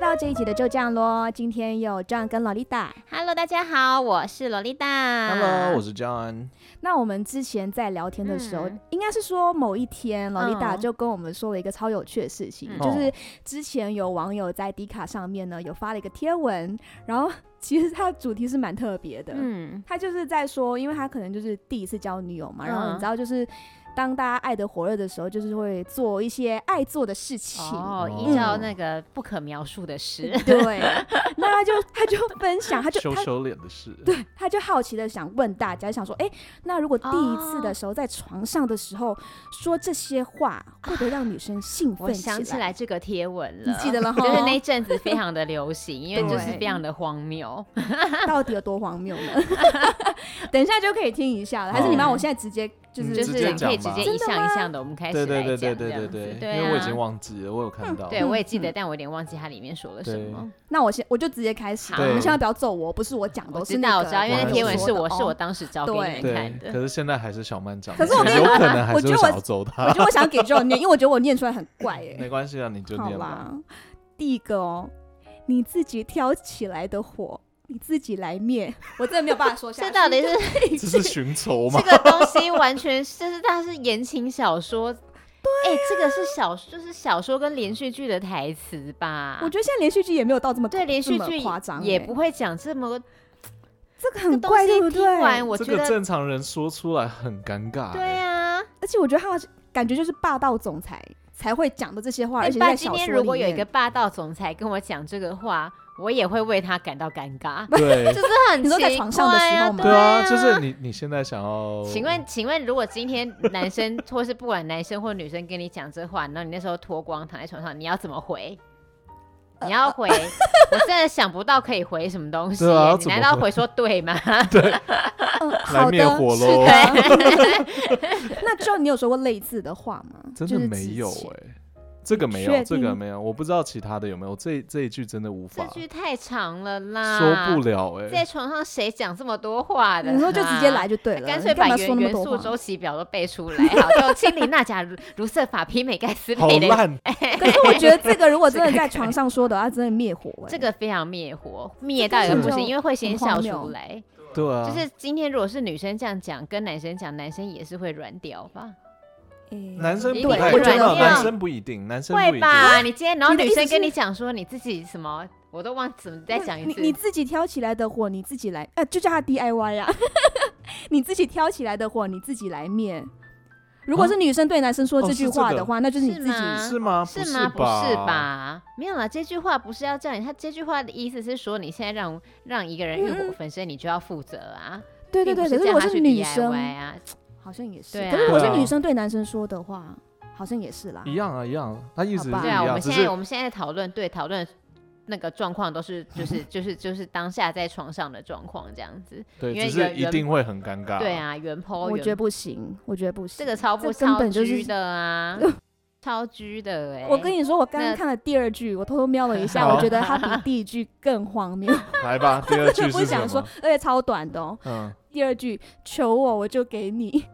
喽，这一集的就这样喽。今天有 John 跟 Lolita， Hello，大家好，我是洛丽达。啊 Hello，我是 John。那我们之前在聊天的时候，嗯应该是说某一天，Lolita 嗯就跟我们说了一个超有趣的事情，嗯就是之前有网友在迪卡上面呢有发了一个贴文，然后 其实它的主题是蛮特别的，嗯，他就是在说，因为他可能就是第一次交女友嘛，然后嗯你知道就是。当大家爱的火热的时候，就是会做一些爱做的事情。哦，哦依照那个不可描述的事，对，那他就他就分享，他就 羞他羞脸的事，对，他就好奇的想问大家，想说，哎、那如果第一次哦的时候在床上的时候、说这些话，会不会让女生兴 我奋想起来这个贴文了，你记得了 就是齁那一阵子非常的流行，因为就是非常的荒谬。嗯到底有多荒谬 呢？等一下就可以听一下了，还是你帮我现在直接就是嗯就直是接你可以直讲吧接一项一项的，我们开始对对来对讲对这对样对子。对，对啊，因为我已经忘记了，我有看到。对我也记嗯哦得，但我有点忘记它里面说了什么。那我先我就直接开始，好你们千万不要揍我，不是我讲的，我是知那道，我个知道，因为那网友贴文说是的我是哦我当时找给你们看对，可的。是现在还是小曼讲，可是我觉得有可能还我是觉得会想我要揍他。我觉得我想给 Joe 念，因为我觉得我念出来很怪哎、没关系啊，你就好念吧。啦，第一个哦，你自己挑起来的火，你自己来灭，我真的没有办法说下去。这到底是这是寻仇吗 这？个东西完全就是它是言情小说，啊对、这个是小就是小说跟连续剧的台词吧？我觉得现在连续剧也没有到这么啊对连这续么剧夸张欸，也不会讲这么这个这个很东怪，对不西听对？完，我这觉个得正常人说出来很尴尬。。对啊。而且我觉得他好像感觉就是霸道总裁才会讲的这些话，而且那是哎在爸今小天说如果里有一面个霸道总裁跟我讲这个话，我也会为他感到尴尬对啊就是很你说在奇床上的时怪啊候吗对啊，啊，就是你你现在想要？请 问，请问，如果今天男生或是不管男生或女生跟你讲这话，然后你那时候脱光躺在床上，你要怎么回？你要回？我真的想不到可以回什么东西耶。对啊要你怎么难道回回说对吗？ 嗯，好来灭的，火是喽？的。 那之后你有说过类似的话吗？真就的是之没有前哎、这个没确有，这个定没有，我不知道其他的有没有。这这一句真的无这法句太长了啊啦，说不了哎、在床上谁讲这么多话的？啊你说就直接来。就对了，干你脆干把嘛说元那么元多素话周？期表都背出来，好，就氢磷钠钾卢卢瑟法媲美盖 斯好类的。烂，可是我觉得这个如果真的 在床上说的话，真的灭火哎。这个非常灭火，灭到一个不行，是因为会先很荒笑谬出来。对啊，就是今天如果是女生这样讲，跟男生讲，男生也是会软掉吧？哎男生一不定太，会真的软男掉生不一定，男生不一会定。吧？你今天然后你的女意思生跟是你讲说你自己什么，我都忘怎么再讲一你次。你自己挑起来的火，你自己来，呃，就叫他 DIY 啊。 你自己挑起来的火，你自己来灭。如果是女生对男生说啊哦这句是这话个的话，那就是你是自己吗是啊吗？是是吗？不吧？是吧？没有啦，这句话不是要叫你，他这句话的意思是说，你现在让让一个人欲火焚身，你就要负责啊。嗯对对并对。不可是是我叫他是去女 DIY 生，啊，好像也是。对啊可是我是对啊女生对男生说的话，好像也是啦。一样啊，一样，他意思是一好吧对啊，我样，们只现是在我们现在讨论对讨论那个状况都是就是就是就是当下在床上的状况这样子。对，因为只原是一原定会很尴尬。对，啊，原 po 我原觉得不行，我觉得不行。这个超不根超本就 G 是。的 啊，超 G 的哎、我跟你说，我刚刚那看了第二句，我偷偷瞄了一下， 好我觉得它比第一句更荒 谬。来吧，第 二句不是什想说么？，而且超短的哦。嗯，第二句，求我我就给你。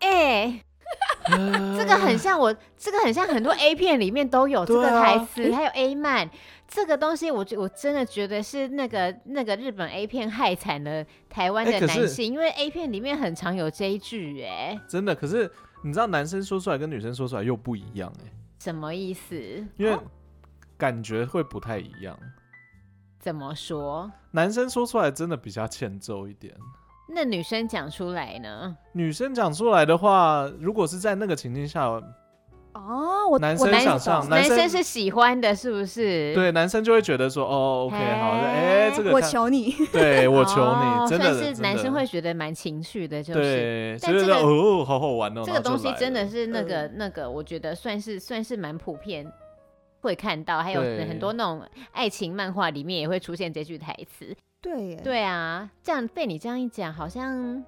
哎、嗯这个很像我，这个很像很多 A 片里面都有这个对啊台词，还有 A 漫这个东西我觉，我真的觉得是那个那个日本 A 片害惨了台湾的哎可是男性，因为 A 片里面很常有这一句、哎， 真的。可是你知道，男生说出来跟女生说出来又不一样哎，什么意思？因为感觉会不太一样。怎么说？男生说出来真的比较欠揍一点。那女生讲出来呢？女生讲出来的话，如果是在那个情境下，哦，我男我生懂想上男男生生是喜欢的，是不是？对男生就会觉得说，哦，OK，好，哎、哎这个我看，求 你，对哦，我求你，真的算是真男的生会觉得蛮情绪的，就是。对，但就这是个哦，好好玩哦，这然个后东就西来真的了是那个、嗯那个，我觉得算是算是蛮普遍会看到，还有对很多那种爱情漫画里面也会出现这句台词。对耶，对啊，这样被你这样一讲，好像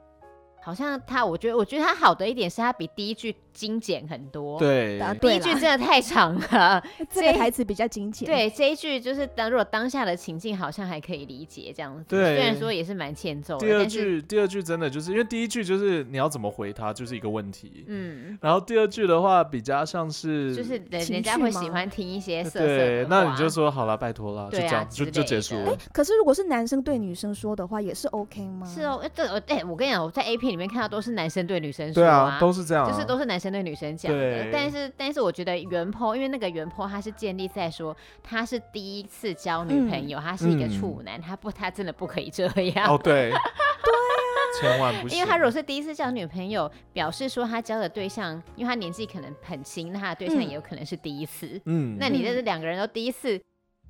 好像他，我觉得我觉得他好的一点是他比第一句精简很多。，对，答第对一句啦真，的太长 了。这这个台词比较精简。，对，这一句就是当如果当下的情境好像还可以理解这样子，虽对然说也是蛮欠揍的，第二但是句第二句真的就是因为第一句就是你要怎么回他就是一个问题，嗯，然后第二句的话比较像是就是人情人家绪会吗喜欢听一些色色的对，那话你就说好了，拜托了，就对这啊样就之就类结的束了。可是如果是男生对女生说的话，也是 OK 嗯吗？是，哦，这我哎、我跟你讲，我在 A 片里面看到都是男生对女生说对啊，都是这样啊，就是都是男生对女生讲的对，但是但是我觉得原 po，因为那个原 po 他是建立在说他是第一次交女朋友，他是一个处男，他不他真的不可以这样。嗯 哦，对，对啊，千万不行，因为他如果是第一次交女朋友，表示说他交的对象，因为他年纪可能很轻，那他的对象嗯也有可能是第一次。嗯，那你这嗯是两个人都第一次，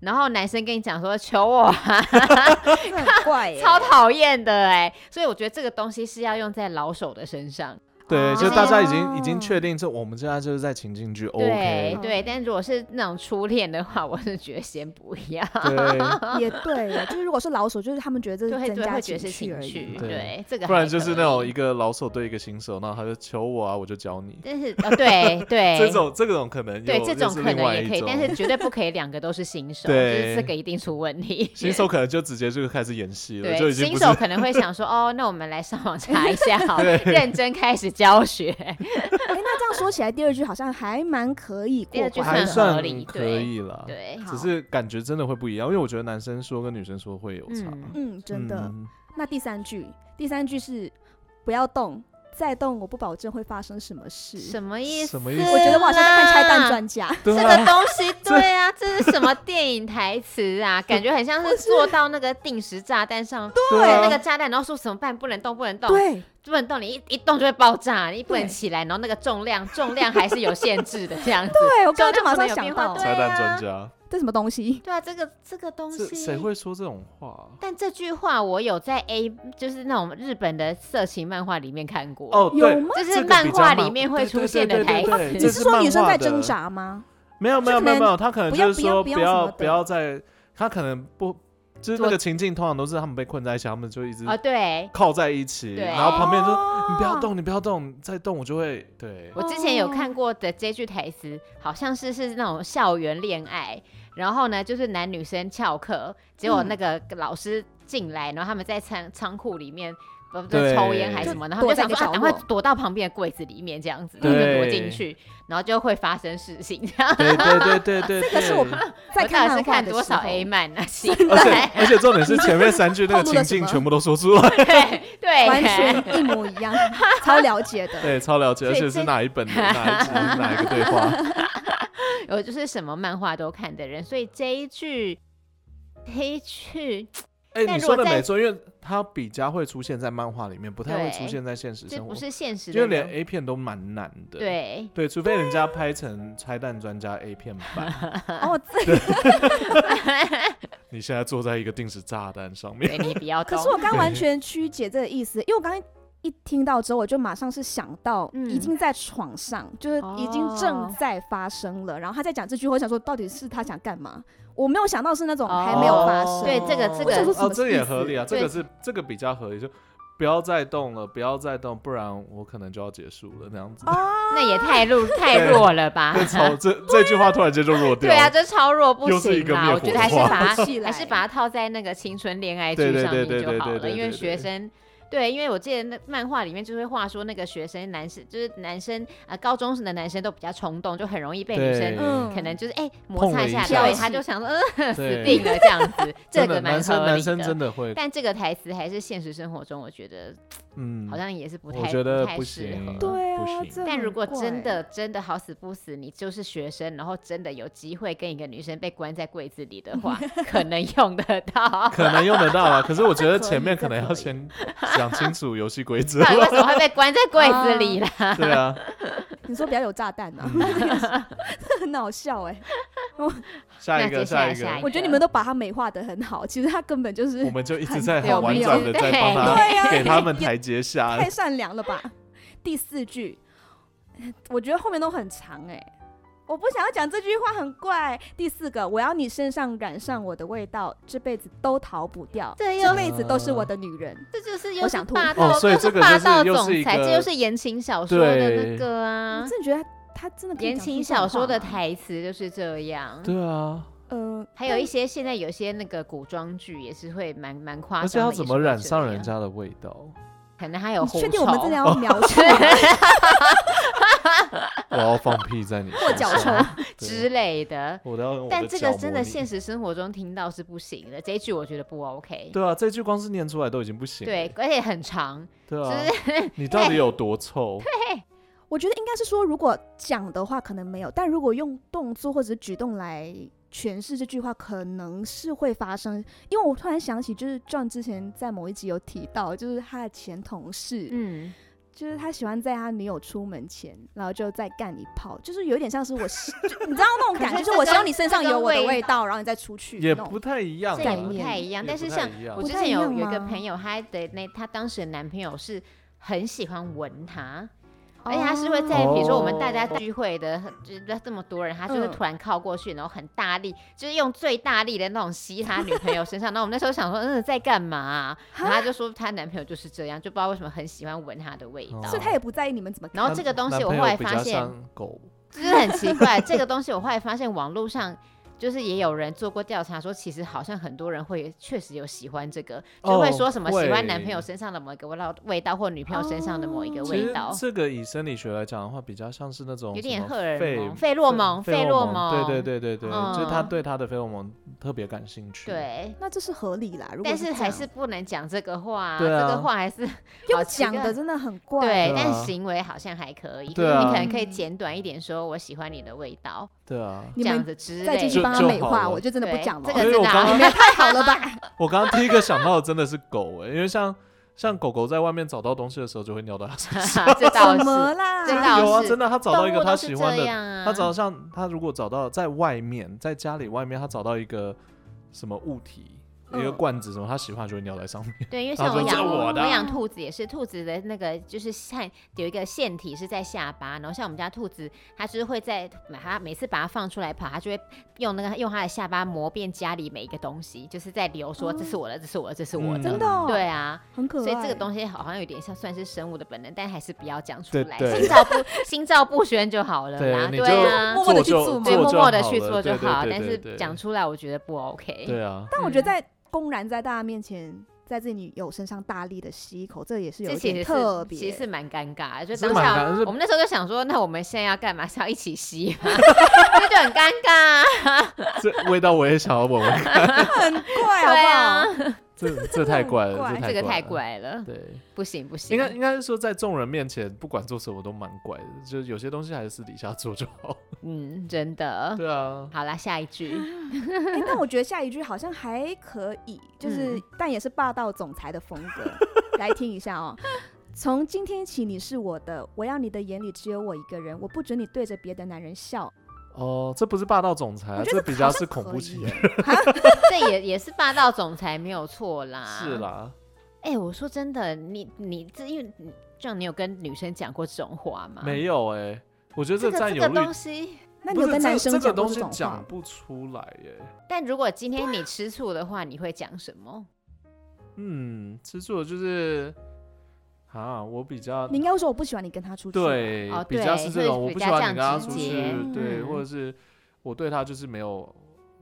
然后男生跟你讲说求 我啊， 这很怪耶、 超讨厌的哎、所以我觉得这个东西是要用在老手的身上。对，哦就大家已经已经确定这我们现在就是在情境剧对，OK，对，但如果是那种初恋的话，我是觉得先不要。对，也对耶，就是如果是老手，就是他们觉得这对是会增对加会觉得情是趣情而已绪，嘛。对对这个不然还就是可那种以一，个老手对一个新手，然后他就求我啊，我就教你，但是哦对 对这种这种可能对又这又种是可另能外也一可以，但是种绝对不可以两个都是新 手，就是对这个一定出问题。新手可能就直接就开始演戏了，就对已经新不是手可能会想说哦，那我们来上网查一下好了，对认真开始教 学。哎、那这样说起来，第二句好像还蛮可以第过二句关算的。还合算理嗯可对以啦，对，好只是感觉真的会不一样，因为我觉得男生说跟女生说会有差，嗯，嗯，真的。嗯那第三句，第三句是不要动，再动我不保证会发生什么事。什么意思？什么意思我觉得我好像在看《拆弹转。专家》对这啊个东西， 对啊，这是什么电影台词啊？感觉很像是坐到那个定时炸弹上，对对啊那个炸弹，然后说怎么办？不能动，不能动，对，不能动，你一一动就会爆炸，你不能对起来，然后那个重量，重量还是有限制的，这样子。对我刚刚就马上就那想不能有变化到，对拆啊弹专家，这什么东西？对啊，这个这个东这西，谁会说这种话？但这句话我有在 A，就是那种日本的色情漫画里面看过，哦，有对，吗？这这是个漫比较画慢里面会对对出现的对对台对词。你这是是说漫女生画在的挣扎吗？没有没有可没有没能有，他可能不就要是不要说不要不什要么不的要再，他可能不就是那做个情境，通常都是他们被困在一起，他们就一直哦，对，靠在一起，对然后旁边就说哦你不要，动，你不要动，再动我就会 对。我之前有看过的这句台词，好像是是那种校园恋爱，然后呢，就是男女生翘课，结果那嗯个老师进来，然后他们在仓仓库里面。不不对抽烟还是什么，然后就他们就想说，躲在一个角啊赶落快躲到旁边的柜子里面这样子，然后就对躲进去，然后就会发生事情。 这样对对对对对对，这是我在看我到底漫是画看的多时少候 A 漫啊？奇而 且怪，而且重点是前面三句那个透露了什情境么全部都说 出来，对， 完全一模一样，超了解的。对，哎超了解，所以而且这是哪一本的哪一集哪一个 对话， 我就是什么漫画都看的人，所以这一句，这一句哎，但你如说果的在没错，因为它比较会出现在漫画里面，不太会出对现在现实这生活不，是现实的因为人，连 A 片都蛮难的，。对，对，除非人家拍成拆弹专家 A 片 版。哦，这你现在坐在一个定时炸弹上面，对你比较可懂是。我刚完全曲解这个意思，因为我刚刚一听到之后，我就马上是想到嗯哦已经在床上，就是已经正在发生了。然后他在讲这句话，我想说到底是他想干嘛？我没有想到是那种哦还没有发生。对这个这我想个说什哦，么这个意也思合理啊，这对个是这个比较合理，就不要再动了，不要再动，不然我可能就要结束了那样子。哦哦那也太弱太弱了吧？ 这超这这句话突然间就弱掉对啊，了，这超弱不又是一行个啦！灭我觉得火还是花把 它气还是把它套在那个青春恋爱剧对对上对面对就对好对了，对因为对学对生。对，因为我记得那漫画里面就会画说，那个学生男生就是男生啊、呃高中生的男生都比较冲动，就很容易被女生对嗯可能就是哎、摩碰擦了一一下，下对，他就想说呃死 对定了这样 子，这真个的蛮男生合男理生真的。的会，但这个台词还是现实生活中，我觉得嗯，好像也是不太我觉得不太不适合行，对啊不行，这但很如果怪真的真的好死不死，你就是学生，然后真的有机会跟一个女生被关在柜子里的 话，可能用得 到。可能用得到啊啦，可是我觉得可以前面这可能可要以先讲清楚游戏规则 不。然为什么会被关在柜子里啦？对啊， 你说比较有炸弹 啊，很好笑 哎、下那一个，接下来一下一我个，觉得你们都把它美化的很好，其实它根本就是我们就一直在对我很们婉有转的在帮对对啊他给他们台阶啊下，太善良了吧？第四句，我觉得后面都很长哎、我不想要讲这句话，很怪。第四个，我要你身上染上我的味道，这辈子都逃不掉，这这又辈子都是我的女人。这就是我又是想吐霸道，哦所以又这个霸就是道又是总一裁，这个又是言情小说的那对个啊我。真的觉得他真的可以言讲出情这种小说话的吗，台词就是这样。对啊，呃，还有但一些现在有些那个古装剧也是会蛮蛮夸张的，而且要怎么也是会染这上样人？家的味道？可能还有你狐确定我们臭真 的要描述 我要放屁在你过脚身上对之类的。我都要用哦我但的这脚个磨真的你现实生活中听到是不行的，这一句我觉得不 OK。对啊，这句光是念出来都已经不行了。对，而且很长，对就啊，是你到底有 多臭？我觉得应该是说，如果讲的话可能没有，但如果用动作或者是举动来诠释这句话，可能是会发生。因为我突然想起，就是 John 之前在某一集有提到，就是他的前同事，嗯，就是他喜欢在他女友出门前，然后就再干一炮，就是有点像是我是，就你知道那种感觉， 可是就是我这希望跟你身上有我的这跟味味道，然后你再出去。也那种不太一样 这啦，也概不念太一样。也但不是太像一样我不之太前一有样有一个吗朋友，她的那她当时的男朋友是很喜欢闻她。而且他是会在，比如说我们大家聚会的，就是这么多人，他就会哦嗯突然靠过去，然后很大力，就是用最大力的那种吸他女朋友身上。那我们那时候想说，嗯，在干嘛啊、然后他就说她男朋友就是这样，就不知道为什么很喜欢闻她的味道哦。所以他也不在意你们怎么干。然后这个东西我后来发现，狗就是很奇怪，这个东西我后来发现网络上。就是也有人做过调查，说其实好像很多人会确实有喜欢这个，就会哦说什么喜欢男会朋友身上的某一个味道，味道或女朋友身上的某一个哦其味实道，这个以生理学来讲的话，比较像是那种有什点么荷尔费蒙、费洛蒙、费洛蒙，蒙，对对对对对，嗯就是他对他的费洛蒙特别感兴趣。，对那这是合理啦，如果但是这还样是不能讲这个话、对啊这个话还是好用奇讲怪的真的很怪。对，对但啊行为好像还可以，就对是你啊可能可以嗯简短一点，说我喜欢你的味道，对啊。你这样们子之再类继的续就。帮他美好化，了我就真的不对讲了。哦这因个真为我的刚啊刚 你们 也太好了吧！我刚刚第一个想到的真的是狗哎、因为像像狗狗在外面找到东西的时候就会尿到它身上。 这倒怎是么啦？这倒有啊，是真的，它找到一动个物它都是喜这欢的样啊他找像他如果找到在外面，在家里外面，他找到一个什么物体，嗯一个罐子什么，他喜欢就会尿在上面。对，因为他像我说养这我的啊养兔子也是，兔子的那个就是看有一个腺体是在下巴，然后像我们家兔子，它就是会在把它每次把它放出来跑，它就会用那个用它的下巴磨遍家里每一个东西，就是在流说、这是我的，这是我的，这是我哦嗯的。真的哦对，啊，很可爱。所以这个东西好像有点像算是生物的本能，但还是不要讲出对来，对心照不心照不宣就好了啦。你对就啊默，做默地去就做嘛对，做默就默的好去了做就对对好，啊对但对是对讲出来我觉得不 OK。对啊，但我嗯觉得在公然在大家面前，在自己女友身上大力的吸一口，这也是有这一其实点是特其实别。是蛮尴尬的，就是当蛮下尴尬是我们那时候就想说，那我们现在要干嘛？是要一起吸 吗？这就很尴尬啊、这味道我也想要闻闻看，很怪，对啊好不好？这这太怪了，很怪这个太怪了。怪了，对，不行不行应该。应该是说在众人面前，不管做什么都蛮怪的，就是有些东西还是私底下做就好。 嗯，真的。对啊，好啦，下 一句，哎但我觉得下一句好像还可以，就是嗯但也是霸道总裁的风格。来听一下哦。从今天起，你是我的，我要你的眼里只有我一个人，我不准你对着别的男人笑。哦，这不是霸道总裁啊，我觉这得比较好是像恐怖可情以人，这也也是霸道总裁没有错啦。是。啦。哎、我说真的，你你这因为你这样，你有跟女生讲过这种话吗？没有哎，我觉得啊这个占这有个率东西。那你不有是跟男这生这个讲过东这西种话讲？不出来耶。但如果今啊天你吃醋的话，你会讲什么？嗯，吃醋的就是啊，我比较你应该会说我不喜欢你跟他出去。，啊对、哦比较对是这会种，我比不较喜欢这样你跟他直出接去，对，嗯或者是我对他就是没有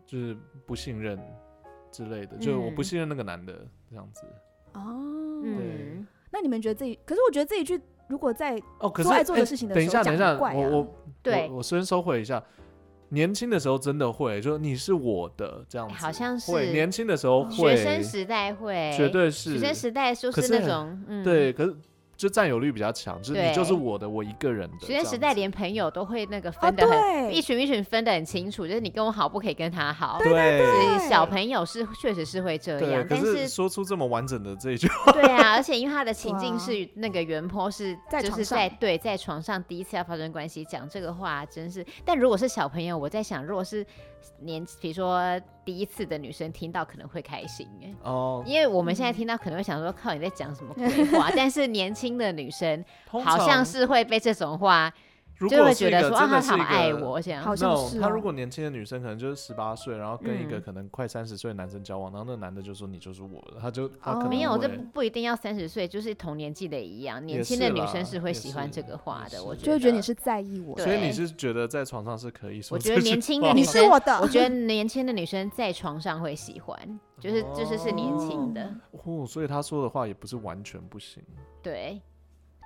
就是不信任之类的，就是我不嗯信任那个男的这样子。哦，嗯，那你们觉得这一？可是我觉得这一句如果在哦，可是做爱做的哎事情的等一时下，候等一讲下，很怪啊我我对我，我先收回一下。年轻的时候真的会，就是你是我的这样哎子，好像会是年轻的时候学会，生时代会，绝对是学生时代就可是是那很种，嗯，对，可是就占有率比较强，就是你就是对我的，我一个人的。学生时这样代子连朋友都会那个哦，分的很，一对，群一群分的很清楚，就是你跟我好不可以跟他好。对所对以小朋友是确实是会这对样，可但是是说出这么完整的这一句 话，对啊，而且因为他的情境哇是那个原坡是在就床是在上对在床上第一次要发生关系，讲这个话真是。但如果是小朋友，我在想，如果是年比如说第一次的女生听到，可能会开心哎。哦，因为我们现在嗯听到可能会想说，靠 你在讲什么鬼话？但是年轻的女生通好像常是会被这种话如就果会是觉一得个真说啊，他的是好一爱个我这样。好像那是他哦如果年轻的女生可能就是十八岁，然后跟一个嗯可能快三十岁的男生交往，然后那个男的就说你就是我的，他就他哦可能没有，这会不不一定要三十岁，就是同年纪的也一样。年也轻的是女啦生是会也喜欢是这个话也的，是我就就会得。觉得你是在意我的，对所以你是觉得在床上是可以说我这觉句话，得年轻的女你生是我的，我 觉得年轻的女生在床上会喜欢，就是就是是年轻的，哦，所以他说的话也不是完全不行，嗯对。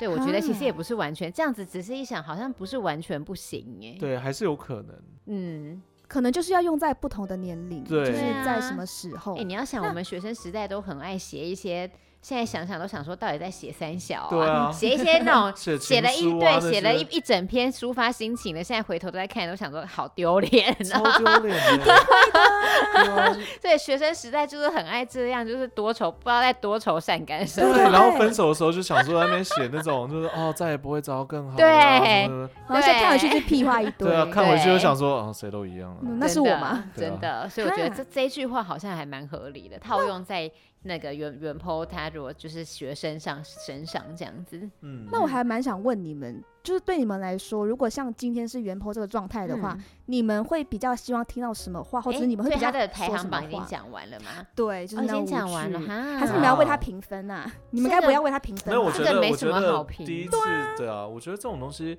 对，我觉得其实也啊不是完全这样子，只是一想，好像不是完全不行耶。，对，还是有可能。嗯，可能就是要用在不同的年龄，对就是在什对啊么时候哎、。你要想，哦那我们学生时代都很爱写一些，现在想想都想说，到底在写三小对啊写一些那种。写哦写情了一书啊对，那写了些一一整篇抒发心情的，现在回头都在看，都想说好丢脸 超啊！丢 脸的对啊，对，学生时代就是很爱这样，就是多愁，不知道在多愁善感什么。对，然后分手的时候就想说在那边写那种，就是哦，再也不会找到更好的啊。对什么的然后现在看回去对是屁话一堆对，啊，看回去就对想说，啊，谁都一样了。嗯那是真我的吗？对啊真的，所以我觉得哈这这一句话好像还蛮合理的，套用在那个原原 po 他如果就是学生上身上这样子。嗯，那我还蛮想问你们，就是对你们来说，如果像今天是原坡这个状态的话，嗯，你们会比较希望听到什么话，或者诶是你们会所比以较他的排说行什榜么已经话讲完了吗？对，就哦，是已那经五讲完了句哈，哦还是你们要为他啊评分啊？你们这该不个要为他评分没吧？有，我觉这得没我什觉么好得评第一次，对啊，我觉得这种东西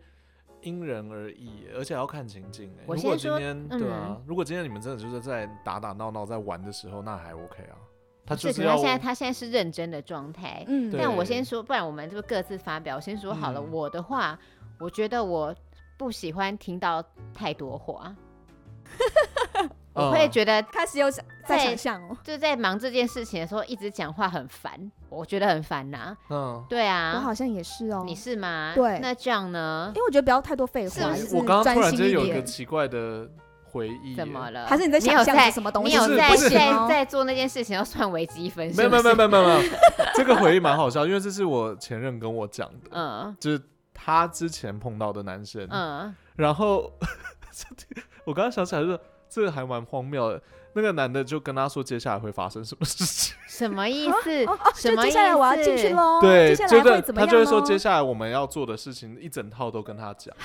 因人而异，而且要看情境欸。我如果先今说嗯天对啊，如果今天你们真的就是在打打闹闹在玩的时候，那还 OK 啊。他是就可是能他要现在他现在是认真的状态。嗯，对但我先说，不然我们就各自发表。我先说好了，嗯我的话，我觉得我不喜欢听到太多话，我会嗯觉得开始有想在在想象哦，就在忙这件事情的时候一直讲话很烦，我觉得很烦呐、嗯，对啊，我好像也是哦，你是吗？对那这样呢因？为我觉得不要太多废是不话，是就是我刚刚突专然心间一有一个点。奇怪的回忆耶，怎么了？还是你在你有想象在着什么东你西？有不是在不是在在做那件事情要算微积分？没有？没有是不是没有没有没有没有，这个回忆蛮好笑，因为这是我前任跟我讲的，嗯就是他之前碰到的男生，嗯，然后 我刚刚想起来就是这个还蛮荒谬的，那个男的就跟他说接下来会发生什么 事情，什么意思？哦哦，什就么接意下来我要进去思喽，对，接下来就会是怎么他样？就会说接下来我们要做的事情一整套都跟他讲，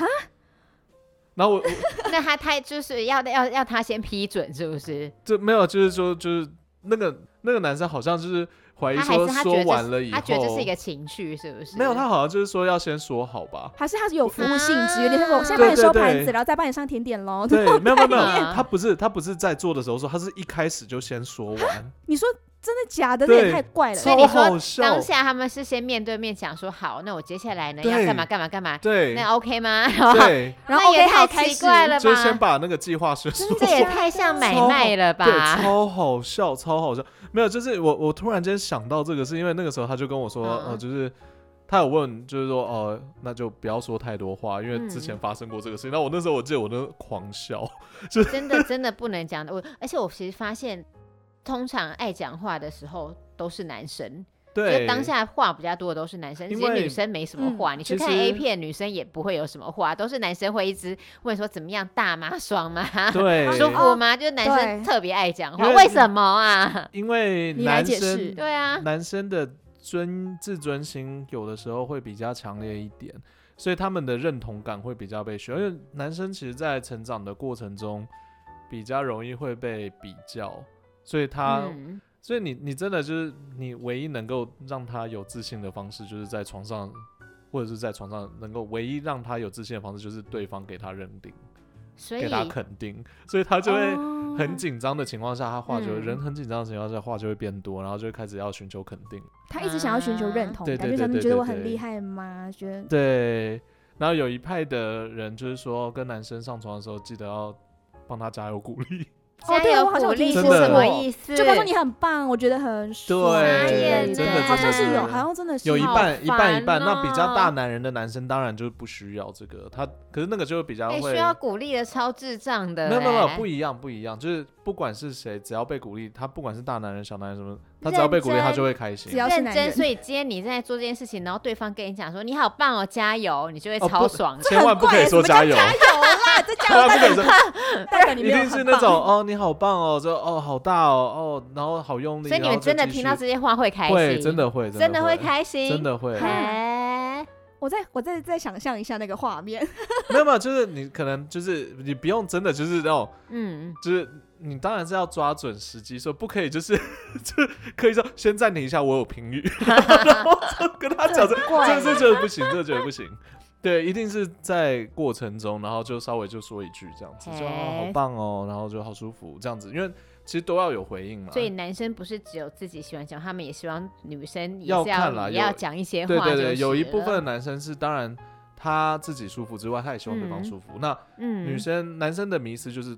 然后我我那他他就是要要要他先批准，是不是？就没有啊就是说就是那个那个男生好像就是怀疑他还是说他说觉完得这了以是后他觉得这是一个情绪，是不是？没有他好像就是说要先说好吧。还是他是有服务性质，有点像我先对帮你对收对盘子，然后再帮你上甜点喽。 对，没有没有没有概，念他不是他不是在做的时候说，他是一开始就先说完， 你说真的假的？这也对太怪了吧。所以超你说好笑。当下他们是先面对面讲说好，那我接下来呢对要干嘛干嘛干嘛？ 对那 OK 吗？然后对，然后那也 OK 好太开奇始怪了就是先吧？把那个计划先说真这也的完。太像买超卖了对，吧？超好笑，超好笑。没有，就是我我突然间想到这个，是因为那个时候他就跟我说，嗯呃，就是他有问，就是说，哦、那就不要说太多话，因为之嗯前发生过这个事情。那、我那时候我记得我那狂笑，真的真的不能讲的。我而且我其实发现，通常爱讲话的时候都是男生，就对，当下话比较多的都是男生，其因实为嗯女生没什么话。你去其看实 A 片，女生也不会有什么话，都是男生会一直问说怎么样，大吗？爽吗？对， 舒服吗？就是男生对特别爱讲话，因为为什么啊？因为你来男解释生对啊，男生的尊自尊心有的时候会比较强烈一点，所以他们的认同感会比较被需要。因为男生其实，在成长的过程中，比较容易会被比较，所以他，嗯所以你你真的就是你唯一能够让他有自信的方式，就是在床上。或者是在床上能够唯一让他有自信的方式，就是对方给他认定，所以给他肯定，所以他就会哦很紧张的情况下，他话就会、嗯人很紧张的情况下话就会变多，然后就会开始要寻求肯定。他一直想要寻求认同，对感觉对对想你对觉得对我很对厉害吗？觉得对，然后有一派的人就是说，跟男生上床的时候记得要帮他加油鼓励。哦，对，我好像鼓有听励说是真的什么过意思？就他说你很棒，我觉得很爽对傻眼真的呢好像是有，真的好像真的是有一好半一半一半，烦那比较哦大男人的男生当然就不需要这个，他可是那个就比较哎、会需。要鼓励的超智障的、欸，没有没有没有，不一样不一样，就是不管是谁，只要被鼓励，他不管是大男人小男人什么，他只要被鼓励，认真他就会开心只。要是认男真。人，所以今天你在做这件事情，然后对方跟你讲说你好棒哦，加油，你就会哦超不爽的。千万不可以说什么叫加油，加油啦！这加 千油万不可以代说表，代表你一没有定很是那棒种哦，你好棒哦，这哦好大哦哦，然后好用力。所以你然后们就真的继听续到这些话会开心，会真的会真的会会开心，真的会哎、我再我再再想象一下那个画面，没有没有，就是你可能就是你不用真的就是那种，嗯，就是你当然是要抓准时机，说不可以就是就是可以说先暂停一下，我有评语， 然后就跟他讲这很怪这这这不行，这这不行。对，一定是在过程中，然后就稍微就说一句这样子，就、啊、嘿好棒哦，然后就好舒服这样子，因为其实都要有回应嘛。所以男生不是只有自己喜欢讲，他们也希望女生也是要看啦也要有讲一些对话对就是了。对，有一部分的男生是当然他自己舒服之外，他也希望对方嗯舒服。那嗯女生、男生的迷思就是，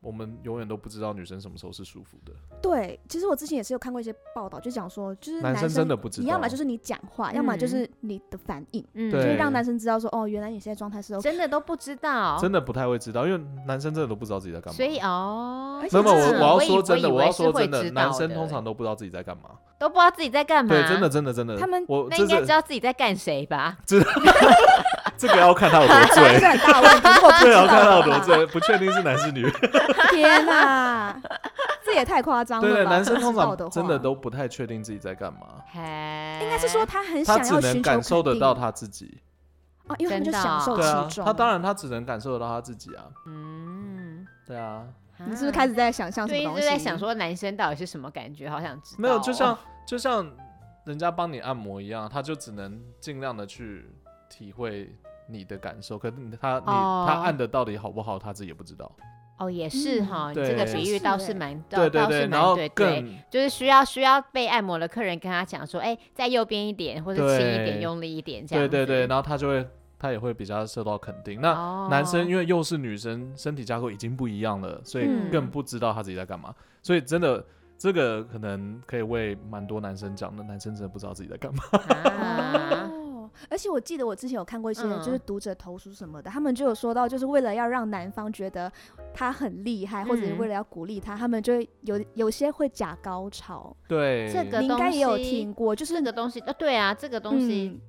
我们永远都不知道女生什么时候是舒服的。 对，其实我之前也是有看过一些报道，就讲说，就是男生真的不知道，你要么就是你讲话，要么就嗯是你的反应，嗯就对是让男生知道说，哦，原来你现在状态是 OK。真的都不知道，真的不太会知道，因为男生真的都不知道自己在干嘛。哦所以哦而，且没有，没有，我是我要说真的，我以我为要是说会真的，知道男生通常都不知道自己在干嘛。都不知道自己在干嘛，对，真的，真的，真的，他们我那这应该知是道自己在干谁 吧？这个要看他有多 这醉 是，很大问题， 如果不这个知道要啊看他的有多话醉，不确定是男是女。 天哪、这也太夸张了对吧？对，男生不知通道常的真话的都不太确定自己在干嘛，应应该是说他很他想只要寻求能感受得到肯他自己。定哦，因为他们就真的享哦受对啊其，中。他当然他只能感受得到他自己啊。嗯，对啊，你是不是开始始在想象什对么一东直西？在想，说男生到底是什么感觉？好想知道哦。没有，就像就像人家帮你按摩一样，他就只能尽量的去体会你的感受，可是你他你、哦他按的到底好不好，他自己也不知道。哦，也是嗯哈，你对这个比喻倒是欸蛮倒对倒对，是然后蛮对对，更就是需要需要被按摩的客人跟他讲说，哎，在右边一点，或者轻一点，对用力一点，这样对对对，子。然后他就会他也会比较受到肯定。那、哦男生因为又是女生，身体架构已经不一样了，所以嗯更不知道他自己在干嘛。所以真的，这个可能可以为蛮多男生讲的，男生真的不知道自己在干嘛。 啊， 哦，而且我记得我之前有看过一些嗯就是读者投诉什么的，他们就有说到，就是为了要让男方觉得他很厉害，或者是嗯为了要鼓励他，他们就会有有些会假高潮。对，这个你应该也有东西听过，就是这个东西，呃，对啊，这个东西嗯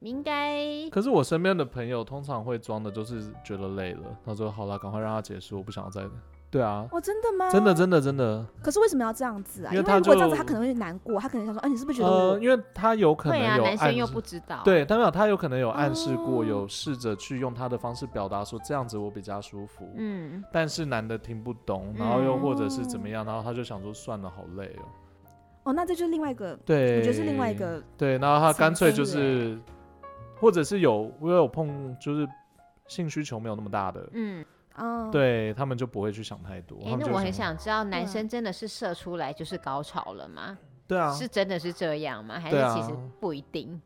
应该可是我身边的朋友通常会装的，就是觉得累了，他说好了，赶快让他结束，我不想要再。对啊，哦，真的吗？真的真的真的，可是为什么要这样子啊？因为因为他如果这样就子，他可能会难过，他可能想说，啊，你是不是觉得我呃，因为他有可会啊，能有男暗生又示，不知道。对，但没有他有可能有暗示过，哦有试着去用他的方式表达说这样子我比较舒服，嗯，但是男的听不懂，然后又嗯或者是怎么样，然后他就想说算了，好累哦。哦，那这就是另外一个，对，我觉得是另外一个，对，然后他干脆就层次是，或者是有我有碰就是性需求没有那么大的，嗯，嗯，，对他们就不会去想太多。哎、他们那就我很想，想知道，男嗯生真的是射出来就是高潮了吗？对啊，是真的是这样吗？还是对啊其实不一定？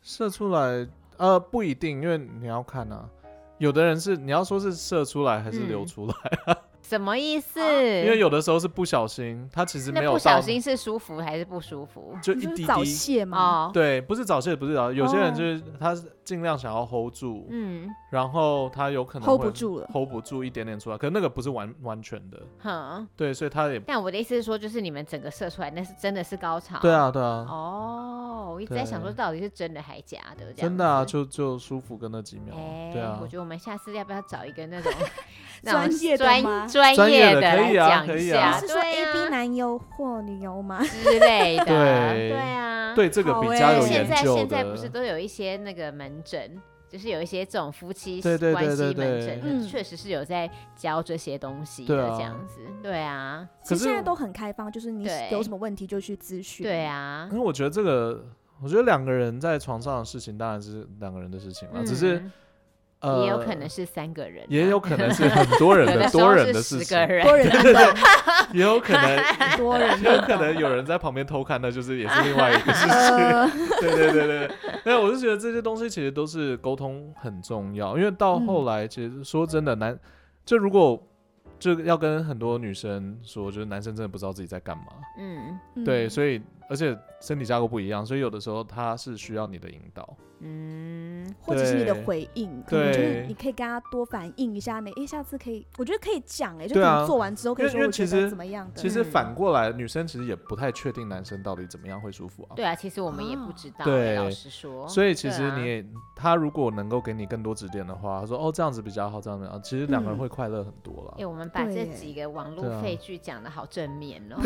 射出来，呃，不一定，因为你要看啊。有的人是你要说是射出来还是流嗯出来，什么意思？啊因为有的时候是不小心，他其实没那有不小到心是舒服还是不舒服？就你一就是滴早滴。泄嘛，哦，对，不是早泄，不是早泄，有些人哦就是他是尽量想要 hold 住，嗯，然后他有可能 hold 会不住了，hold 不住一点点出来，可是那个不是完完全的，哼。对，所以他也但我的意思是说，就是你们整个射出来，那是真的是高潮。对。啊，对啊，哦，我一直在想说，对到底是真的还假的？这样真的啊，子。就就舒服跟那几秒，哎、对啊我，觉得我们下次要不要找一 个那种那种专业的吗专专专业业的可来以啊讲可一以下？啊你是说对 A 啊 B 男优或女优吗？之类的， 对啊，对这个好比欸较有现研在究现在不是的，都有一些那个门诊，就是有一些这种夫妻对对对关系对门对诊，嗯确实是有在教这些东西对的啊这样子，对啊，其可实是现在都很开放，就是你对有什么问题就去咨询，对，啊因，为我觉得这个，我觉得两个人在床上的事情当然是两个人的事情啊了，只是嗯呃，也有可能，是三个人啊，也有可能是很多人有 的的时多候人是的事十情个，人，多人运动，也有可 能，也多 人运有动可能有人在旁边偷看，那就是也是另外一个事情。 呃，对对对对，对，那我是觉得这些东西其实都是沟通很重要，因为到嗯后来其实说真的男，就如果就要跟很多女生说，就是男生真的不知道自己在干嘛，嗯嗯对，所以而且身体架构不一样，所以有的时候他是需要你的引导，嗯，或者是你的对回应，可能就对是你可以跟他多反映一下，你哎，下次可以，我觉得可以讲，哎，就对啊可能做完之后可以因为说因为我觉其实得怎么样的其，实嗯反过来，女生其实也不太确定男生到底怎么样会舒服啊，对啊，其实我们也不知道，对老实说，所以其对实啊你也、他如果能够给你更多指点的话，他说哦这样子比较好，这样子啊，其实两个嗯人会快乐很多了。哎、我们把对这耶几个网对络 啊 废剧讲的好正面哦，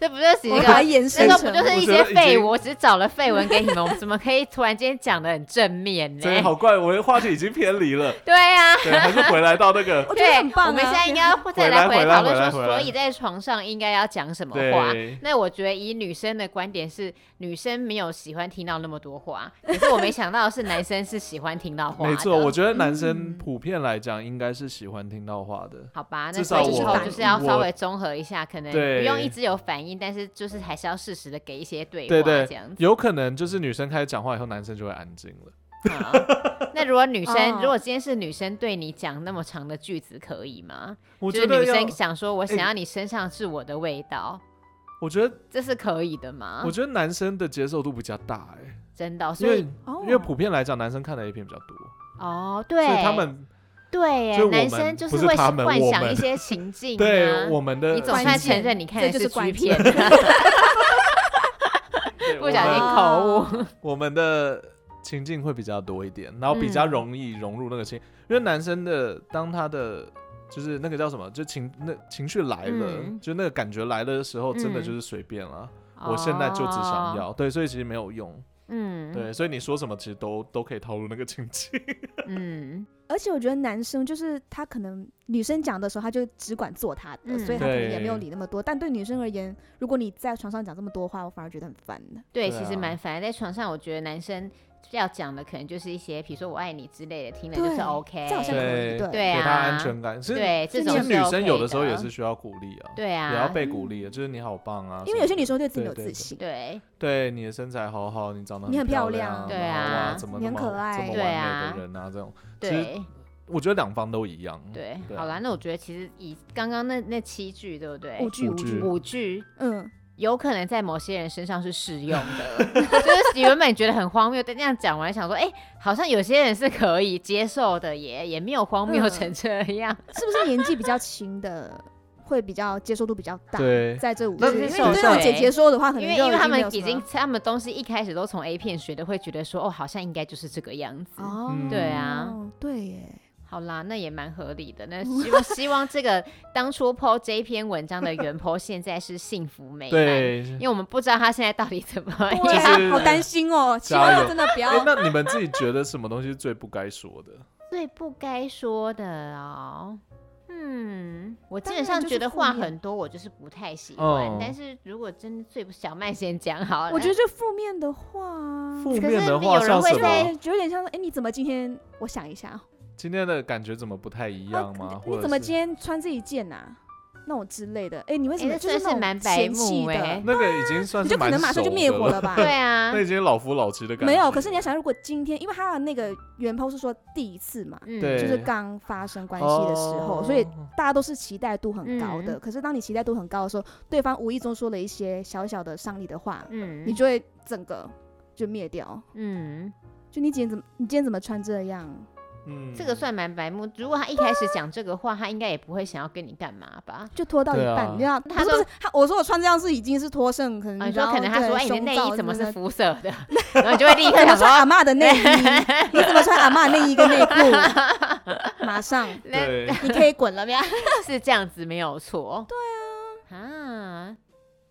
这不就几我个怀延那伸时候成不就是我一觉些得已废经文，我只是找了废文给你们，我们怎么可以突然间讲的很正面呢？真的好怪，我的话题已经偏 离了，对呀、啊。对，还是回来到那个我觉得对很，棒啊！我们现在应该要再来回来回回来讨论回来说，回所来以在床上应该要讲什么话。对，那我觉得以女生的观点是，女生没有喜欢听到那么多 话，可是我没想到是男生是喜欢听到话的。没错，我觉得男嗯生普遍来讲应该是喜欢听到话的，好吧，那至所以少以我后就是要我稍微综合一下，可能对不用一直有反应，但是就是还是要适时的给一些对话对对这样子。有可能就是女生开始讲话以后，男生就会安静了。嗯那如果女生，哦如果今天是女生对你讲那么长的句子，可以吗？我就是觉得女要，生想说，我想哎要你身上是我的味道，我觉得，这是可以的吗我？觉得男生的接受度比较大哎、真的哦，因啊所为以哦因为普遍来讲，男生看的 A 片比较多，哦，所对，以他们对耶就，是我男们生就不是会他们幻我想们一些情境、啊，对我们的你总关算键承认你看这的就是是剧关片，对不小心口误。我们的情境会比较多一点，然后比较嗯容易融入那个情，因为男生的当他的就是那个叫什么，就情那情绪来了，嗯就那个感觉来了的时候，真的嗯哦就是随便了。 我现在就只想要，对，所以其实没有用，嗯，对，所以你说什么其实都都可以套入那个情境，嗯，而且我觉得男生就是他可能女生讲的时候，他就只管做他的，嗯所以他可能也对没有理那么多。但对女生而言，如果你在床上讲这么多话，我反而觉得很烦的。对，对其实啊蛮烦。在床上，我觉得男生要讲的可能就是一些，比如说我爱你之类的，听了就是对 OK。这好像可以，对对对给啊他安全感。其实对，这是其种实是女生 OK 有的时候也的是需要鼓励啊，对也要啊，被鼓励的，就是你好棒啊，因为有些女生生对自己对有对自对信，对对你的身材好好，你长得你很漂漂亮对然后啊哇，怎么你那很么可爱这么对完啊美的人啊，这种其实对我觉得两方都一样，对。对啊好啦，那我觉得其实以刚刚那那七句，对不对？无惧无无惧惧，五句嗯，有可能在某些人身上是适用的， 就是原本觉得很荒谬，但这样讲完想说，哎、好像有些人是可以接受的耶，也没有荒谬嗯成这样。是不是年纪比较轻的会比较接受度比较大？，对，在这五那个，因为是对受那种姐对姐说的话，可能因为就因为他没们有已什么经他们东西一开始都从 A 片学的，会觉得说哦，好像应该就是这个样子。哦，嗯对啊，对 耶，好啦，那也蛮合理的。那希望希望这个当初 PO 这一篇文章的原 PO 现在是幸福美满，对，因为我们不知道他现在到底怎么样。对就啊，是好担心哦，希望加油真的不 哎、要。那你们自己觉得什么东西是最不该说的？嗯最不该说的哦。嗯，我基当然本上就觉是得负话面很多，我就是不太喜欢。哦但是如果真的最不小麦先讲好了，我觉得这负面的话，啊负可面是的有话人像会什在么？对，有点像，哎，你怎么今天？我想一下哦，今天的感觉怎么不太一样吗？啊或你者怎么是今天穿这一件呐、啊那种之类的，哎、你为什哎么、那就是真的那是种蛮白嫌弃目的哎欸那个已经啊算你是就可能马上就蛮熟灭的火了了 吧？对啊那，已经老夫老妻的感觉。没有。可是你要想，如果今天，因为他的那个原 p 是说第一次嘛，嗯，对就是刚发生关系的时候，哦所以大家都是期待度很高的。嗯可是当你期待度很高的时候，对方无意中说了一些小小的伤你的话，嗯你就会整个就灭掉。嗯，就你今天怎么，你今天怎么穿这样？嗯这个算蛮白目。如果他一开始讲这个话，他应该也不会想要跟你干嘛吧？就拖到一对啊半，你知道？他不说是不是他，我说我穿这样是已经是脱剩，可能啊，你你知说道可能他对说，哎，你的胸内罩衣怎么什的 是肤色的？然后你就会立你刻怎么想 穿说，阿嬷的内衣？你怎么穿阿嬷内衣跟内裤？ 马上，那 对，你可以滚了呀。是这样子没有错。对啊，啊，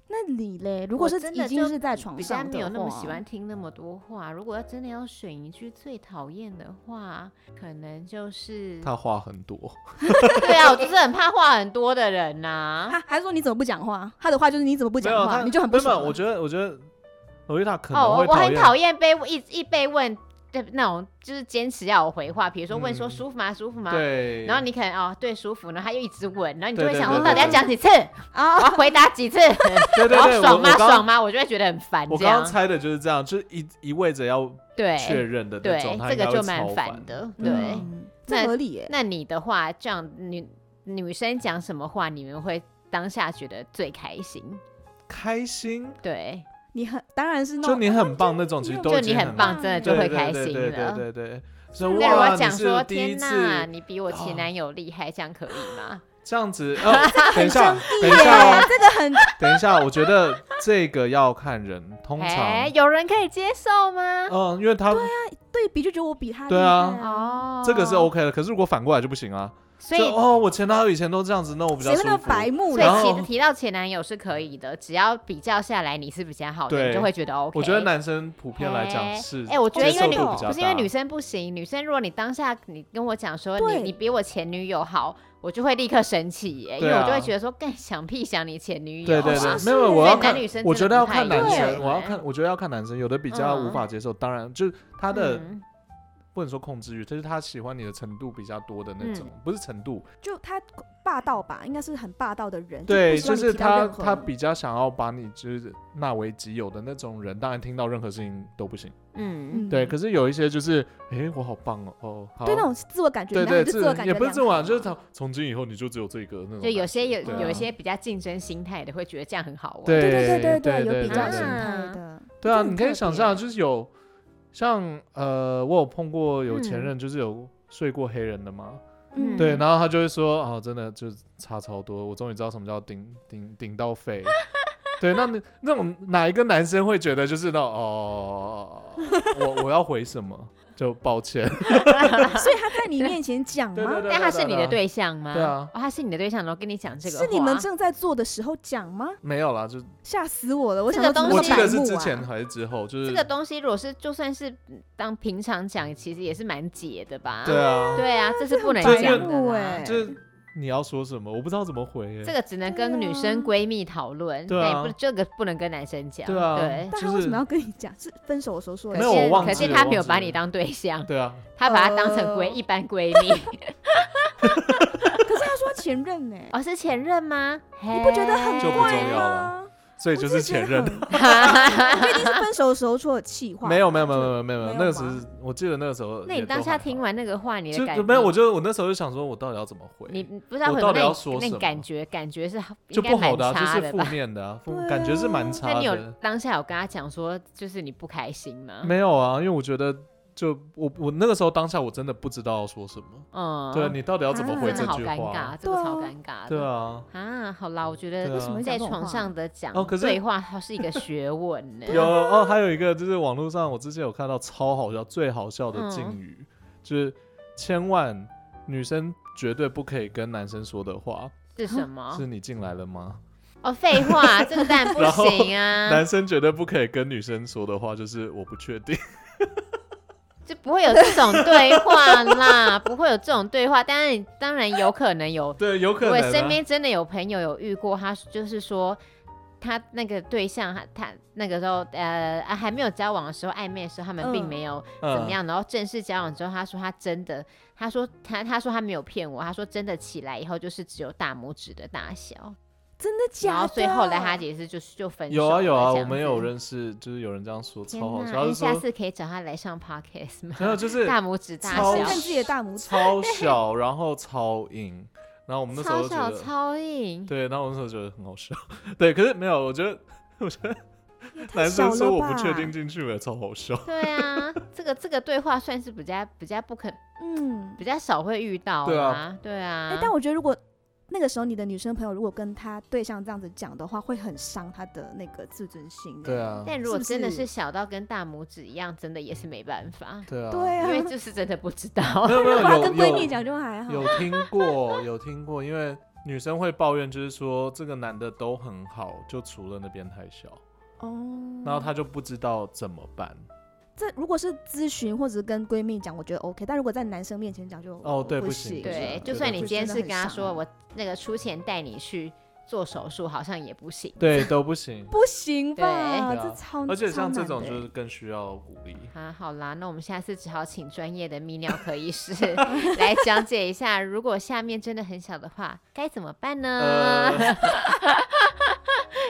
那你嘞？如果是我真的已经是在床比较上的没有那么话喜欢，听那么多话。如果要真的要选一句最讨厌的话，可能就是他话很多， 对啊，我就是很怕话很多的人 呐、他啊还说你怎么不讲话？他的话就是你怎么不没讲有话，他你就很不没有爽啊。我觉得，我觉得罗伊塔可哦，能我会我很厌。讨厌被一一被问对那种就是坚持要我回话，比如说问说嗯舒服吗？舒服吗？对，然后你可能哦对舒服，然后他又一直问，然后你就会对对想说哦对到底要对讲几次，我啊，要回答几次，对对我对，要我爽吗？啊我刚爽吗？我就会觉得很烦我这刚刚样。猜的就是这样，就是一一味着要对确认的那对种，他，这应该个会就超蛮烦烦。的，对。嗯对，这合理耶。那你的话，这样女女生讲什么话，你们会当下觉得最开心？开心，对，你很当然是那就种你很棒那种，其实都嗯就已你经很棒棒，真的了就对会对开对心对对了。对对。所以如对果哇我你讲是说，第一天次哪，你比我前哦男友厉害，这样可以吗？这 样子，哦，等一下，等一耶下哦，啊这个很等一下，我觉得这个要看人，哦通哎常，，有人可以接受吗？嗯，因为他对比就觉得我比他厉对啊害啊。哦，这个是 OK 的，可是如果反过来就不行啊，所以就哦，我前男友以前都这样子，那我比较谁舒会那么服。白目所啦？以然后其实提到前男友是可以的，只要比较下来你是比较好的，对你就会觉得 OK。我觉得男生普遍来讲哎是，哎、我觉得因为女接受度比不是因为女生不行，女生如果你当下你跟我讲说对你你比我前女友好，我就会立刻生气耶，因对为啊我就会觉得说干想屁想你前女友，对对好像对，哦是没有，我要所以看男女生，我真觉得的要不看太男一样生，我要对看，我觉得要看男生，有的比较无嗯法接受，当然就是他的嗯不能说控制欲，就是他喜欢你的程度比较多的那种，不是程度，嗯就他霸道吧，应该是很霸道的人。对，就不希就望是你提到他任何他比较想要把你就是纳为己有的那种人，当然听到任何事情都不行，嗯嗯对。可是有一些就是，诶，我好棒哦，哦，好，对那种自我感觉，对男对，人就自我自感觉也不是良自我好啊感觉，就是嘛从从今以后你就只有这个嗯那种感就觉，有些有、对啊有一些比较竞争心态的会觉得这样很好玩，对对对对对对，有比对较对心对态嗯的。对啊，这很你可以特想别象，就是有像呃，我有碰过有前嗯任，就是有睡过黑人的嘛，嗯，对，然后他就会说，哦，真的就是差超多，我终于知道什么叫顶顶顶到肺。 对，那你那种哪一个男生会觉得就是那种哦，我我要回什么？就抱 歉，所以他在你面前讲 对吗对？对，啊但他是你的对象吗？对啊哦，他是你的对象，然后跟你讲这个话，是你们正在做的时候讲吗？没有啦，就吓死我了！我这想说个东怎我么西记得是白目之啊前还是之后，就是这个东西如果是就算是嗯当平常讲，其实也是蛮解的吧？对啊，对啊，这是不能这很白讲的目啦哎。就是你要说什么，我不知道怎么回耶。这个只能对啊跟女生闺蜜讨论，对啊不，这个不能跟男生讲。对啊对但他就为什是么要跟你讲？是分手的时候说的可没吗？有是我忘可记是了他我没有忘把记你了当对象，对啊，他把她当成闺呃一般闺蜜。可是他说前任呢、 哦，是前任吗？你你不觉得很就不怪重要了吗？所以就是前任我。只是觉得很。这一定是分手的时候出的气话。 没有没有没有没有没有没没有有，那个吗时候我记得那个时候也都还好，那你当下听完那个话，你的感就觉没有，我就我那时候就想说，我到底要怎么回？你你不知道我会到有底那要你说那什你感么觉感觉是好就应该不好蛮的、啊，差就是的负吧？面的啊，负对啊感觉是蛮那差你有嗯的。当下有跟他讲说，就是你不开心吗？没有啊，因为我觉得就我我那个时候当下我真的不知道要说什么，嗯，对你到底要怎么啊回真这的好句尴话尬，？这个对啊超尴尬的。对啊，啊，好啦，我觉对得啊为什么会讲在这种床话上的讲哦可是对话，它是一个学 问呢。有哦，还有一个就是网络上我之前有看到超好笑、最好笑的禁嗯语，就是千万女生绝对不可以跟男生说的话是什么是？你进来了吗？哦，废话，这个当然不然后行啊，男生绝对不可以跟女生说的话就是我不确定。就不会有这种对话啦，不会有这种对话。当然，当然有可能有，对，有可我能、啊。身边真的有朋友有遇过，他就是说。他那个对象，他他那个时候，呃，啊还没有交往的时候，暧昧的时候，他们嗯并没有嗯怎么？样，然后正式交往之后，他说他真的，他说他他说他没有骗我，他说真的起来以后就是只有大拇指的大小，真的假的？然后所以后来他也是就是就分手有啊有啊，了这我样们子有认识，就是有人这样说，天超好哪笑。他哎就下说次可以找他来上 podcast 吗？没有，就 是大拇指大他超是小看，自己的大拇指，超小，然后超硬，然后我们那时候超就小觉得，超硬，对，然后我那时候觉得很好笑。对，可是没有，我觉得我觉得也太男生小说了我不吧确定，进去了，超好笑。对啊，这个这个对话算是比较比较不可嗯，比较少会遇到对啊啦，对啊，哎、但我觉得如果那个时候你的女生朋友如果跟他对象这样子讲的话，会很伤他的那个自尊心。欸对，啊，但如果是不真的是是小到跟大拇指一样，真的也是没办法，对啊，对因啊，为就是真的不知道。 没有没有如果他跟有闺蜜有讲就还好。有听过有听过，因为女生会抱怨，就是说这个男的都很好，就除了那边太小，哦，然后他就不知道怎么办。这如果是咨询或者是跟闺蜜讲，我觉得 OK，但如果在男生面前讲就哦对不不行不行对啊，就对算对你对今天真的是很啊跟他伤说我那个出钱带你去做手术，好像也不行。对，都 不行。不行吧？对对啊这超而且像这超种难就的是更需要鼓励。啊，好啦，那我们下次只好请专业的泌尿科 医师来讲解一下，如果下面真的很小的话，该怎么办呢？ 呃，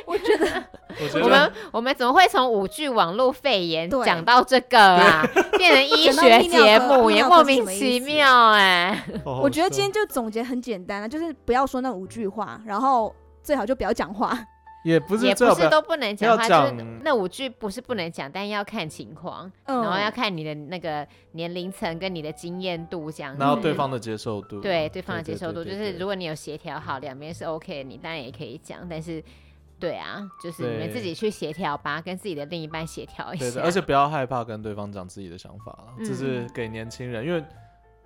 我觉得我觉我们得我们怎么会从五句网络肺炎对讲到这个啊，变成医讲到学泌尿节科目泌也尿莫科是什名么意其思妙哎、好好我觉得笑今天就总结很简单了，就是不要说那五句话，然后最好就不要讲话。也不是也最不好不是要都不能讲话，要就是嗯讲那五句不是不能讲，但要看情况，嗯然后要看你的那个年龄层跟你的经验度这样子。然后对方的接受度，对对方的接受度，对就对是如果你有协调好，两边是 OK，的你当然也可以讲，但是。对啊，就是你们对自己去协调吧，跟自己的另一半协调一对下。对，而且不要害怕跟对方讲自己的想法啦，啊嗯这是给年轻人，因为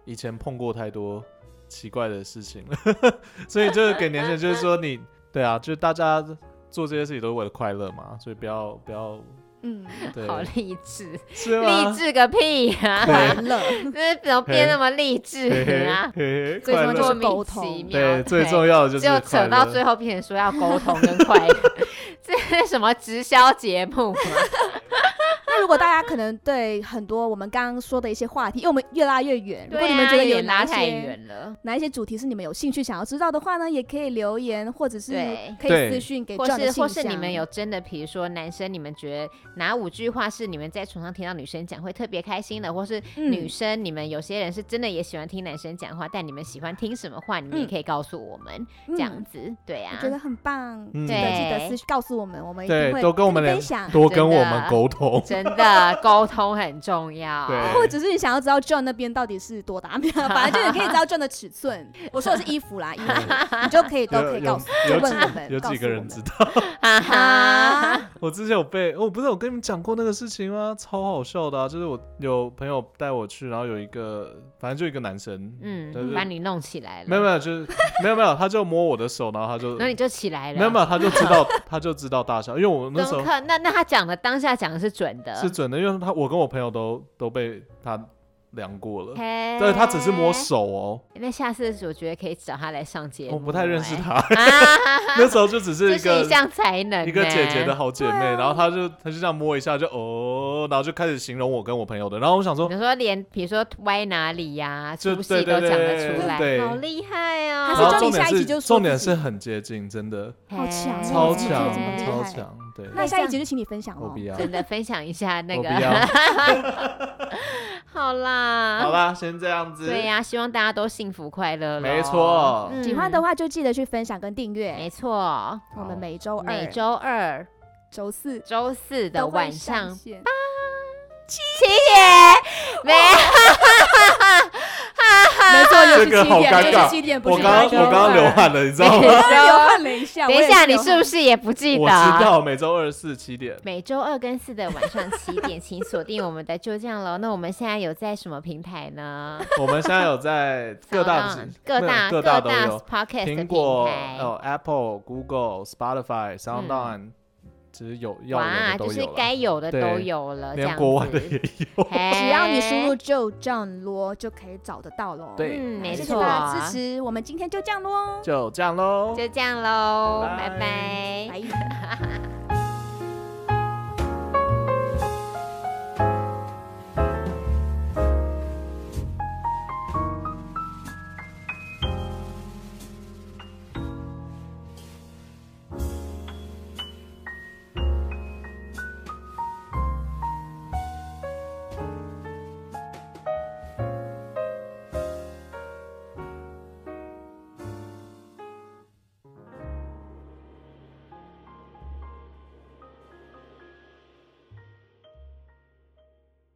以前碰过太多奇怪的事情了。 所以就是给年轻人，就是说你对啊，就是大家做这些事情都是为了快乐嘛，所以不要不要嗯，对，好励志，是吗？励志个屁啊！ 快乐，那怎么变那么励志嘿嘿啊？嘿嘿最快终乐就是莫沟名通其妙，对最重要的就是就扯到快乐最后变成说要沟通跟快乐， 这是什么直销节目啊吗？ 那如果大家可能对很多我们刚刚说的一些话题，因为我们越拉越远，如对果啊，你们觉得有也哪拉一太些远了，哪一些主题是你们有兴趣想要知道的话呢，也可以留言或者是对可对以私讯给或 John 的是信或是你箱们有真的，比如说男生，你们觉得哪五句话是你们在床上听到女生讲会特别开心的，或是嗯女生，你们有些人是真的也喜欢听男生讲话，但你们喜欢听什么话，你们也嗯可以告诉我们，嗯这样子，对啊我，觉得很棒，嗯记得记得对私讯告诉我们，我们一对定会都跟我们你聊分享。多真跟我的们沟通，真的沟通很重要，对 或者是你想要知道 John 那边到底是多大，没 有，反正就你可以知道 John 的尺寸。我说的是衣服啦，衣 服，你就可以 都可以告诉，就有有问我几们，有告几诉个我人们知道？哈哈，啊，我之前有被，我、不是有跟你们讲过那个事情吗？超好笑的、啊，就是我有朋友带我去，然后有一个，反正就一个男生，但嗯，是把你弄起来了，没有没有，就是没有没有，他就摸我的手，然后他 就然后你就起来了，没有没有，他就知道他就知道大小，因为我那时怎候么可那那他讲的当下讲的是准的，是准的，因为他我跟我朋友都都被他量过了，嘿，对他只是摸手哦，那下次我觉得可以找他来上节目、我不太认识哎，他， 啊 那时候就只是这一是个一项才能、一个姐姐的。好姐妹，啊然后她就她就这样摸一下就哦，然后就开始形容我跟我朋友的，然后我想说比。如说连，比如说歪哪里呀、就粗细对都对讲得出对来，对好厉害哦！还是然后叫重你点下一集是就说重点自己是很接近，真的好强嘿超怎么强这么厉超害强，对，那下一集就请你分享我喽不。要，嗯真的分享一下那我个，不 要，好啦，好，啦，先这样子，对呀、希望大家都幸福快乐咯没错，嗯喜欢的话就记得去分享跟订阅，没错，我们每周每二、周二、周四周四的都会晚上上 线。七 点，没没错， 又这是个七好点，尴又尬是七点，不我是刚八点我刚刚流汗了，你知道吗？我也流汗了一下。 等我一也下，你流是汗不是也不记得？我知道每周二四七点，每周二跟四的晚上七点，请锁定我们的就这样喽。 那我们现在有在什么平台呢？我们现在 有在 各大扫荡指各没有大各大都大有， podcast 的苹平果、台。嗯呃 Apple、Google、Spotify、SoundOn，、其实有要有哇，的就都是有该啦，有的都对有了，这连样国外的子也有。 嘿只要你输入就这样咯，就可以找得到喽。对哎嗯，没谢谢错，大家支持，我们今天就这样咯，就这样喽，就这样喽，拜拜拜拜。